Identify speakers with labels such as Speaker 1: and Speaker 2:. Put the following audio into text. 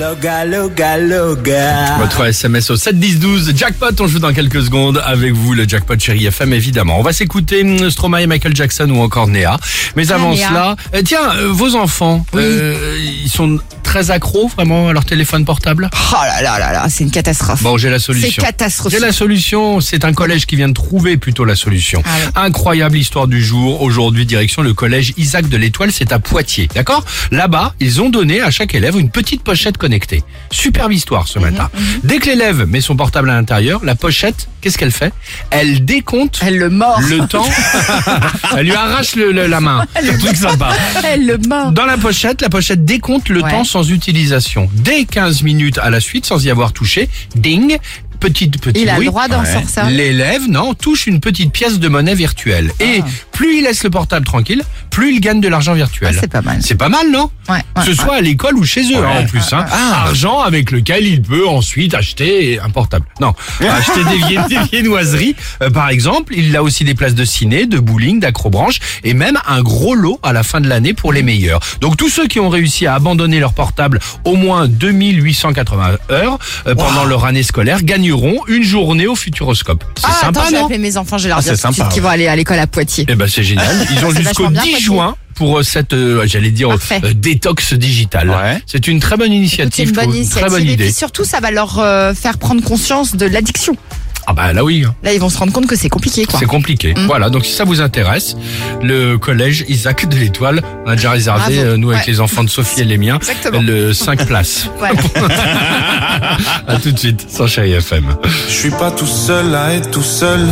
Speaker 1: Loga, loga, loga.
Speaker 2: Votre SMS au 7-10-12, jackpot, on joue dans quelques secondes avec vous, le jackpot chéri FM évidemment. On va s'écouter hum, Stromae, Michael Jackson ou encore Néa. Mais
Speaker 3: Ah,
Speaker 2: avant
Speaker 3: Néa.
Speaker 2: cela, euh, tiens, euh, vos enfants, euh, ils sont très accros vraiment à leur téléphone portable
Speaker 3: Oh là là là là, c'est une catastrophe.
Speaker 2: Bon, j'ai la
Speaker 3: c'est
Speaker 2: solution. J'ai
Speaker 3: catastrophique.
Speaker 2: la solution, c'est un collège qui vient de trouver plutôt la solution.
Speaker 3: Ah ouais.
Speaker 2: Incroyable histoire du jour, aujourd'hui direction le collège Isaac de l'Étoile, c'est à Poitiers, d'accord Là-bas, ils ont donné à chaque élève une petite pochette connectée. Superbe histoire
Speaker 3: Mhm,
Speaker 2: ce matin. Dès que l'élève met son portable à l'intérieur, la pochette, qu'est-ce qu'elle fait Elle décompte
Speaker 3: Elle le mord.
Speaker 2: le temps, elle lui arrache le- le- la main. Un truc sympa.
Speaker 3: Elle le mord.
Speaker 2: Dans la pochette, la pochette décompte le
Speaker 3: Bah. Ouais.
Speaker 2: temps sans utilisation. Dès 15 minutes à la suite, sans y avoir touché, ding, petite petite
Speaker 3: Il a le droit d'en sortir ça.
Speaker 2: L'élève, non, touche une petite pièce de monnaie virtuelle.
Speaker 3: Ah.
Speaker 2: Et plus il laisse le portable tranquille, plus il gagne de l'argent virtuel.
Speaker 3: Ah, c'est pas mal.
Speaker 2: C'est pas mal, non
Speaker 3: Ouais, ouais, Ah,
Speaker 2: Que ce
Speaker 3: ouais.
Speaker 2: soit à l'école ou chez eux, hein, en plus. hein. Argent avec lequel il peut ensuite acheter un portable. Non, acheter des, vie- des viennoiseries, euh, par exemple. Il a aussi des places de ciné, de bowling, d'acrobranche et même un gros lot à la fin de l'année pour les meilleurs. Donc tous ceux qui ont réussi à abandonner leur portable au moins 2880 heures euh, pendant leur année scolaire gagneront une journée au Futuroscope. C'est
Speaker 3: Ah,
Speaker 2: sympa,
Speaker 3: attends, je vais
Speaker 2: non
Speaker 3: appeler mes enfants, je vais leur
Speaker 2: Ah,
Speaker 3: dire
Speaker 2: c'est
Speaker 3: tout de suite
Speaker 2: sympa,
Speaker 3: qu'ils vont aller à l'école à Poitiers.
Speaker 2: eh ben c'est génial. Ils ont
Speaker 3: C'est
Speaker 2: jusqu'au
Speaker 3: vachement bien,
Speaker 2: 10
Speaker 3: Poitiers.
Speaker 2: juin pour euh, cette, euh, j'allais dire, euh,
Speaker 3: Parfait.
Speaker 2: euh, détox digitale.
Speaker 4: Ouais.
Speaker 2: C'est une très bonne initiative.
Speaker 3: C'est une bonne
Speaker 2: je trouve.
Speaker 3: initiative.
Speaker 2: Très bonne
Speaker 3: Et
Speaker 2: idée.
Speaker 3: puis surtout, ça va leur euh, faire prendre conscience de l'addiction.
Speaker 2: Ah bah là oui, hein.
Speaker 3: Là, ils vont se rendre compte que c'est compliqué, quoi.
Speaker 2: c'est compliqué.
Speaker 3: Mm.
Speaker 2: Voilà, donc si ça vous intéresse, le collège Isaac de l'Étoile, on a déjà réservé,
Speaker 3: Bravo.
Speaker 2: euh, nous avec
Speaker 3: Ouais.
Speaker 2: les enfants de Sophie et les miens,
Speaker 3: Exactement.
Speaker 2: le 5 places.
Speaker 3: Voilà.
Speaker 2: À tout de suite, sans chéri FM.
Speaker 5: Je suis pas tout seul à être tout seul.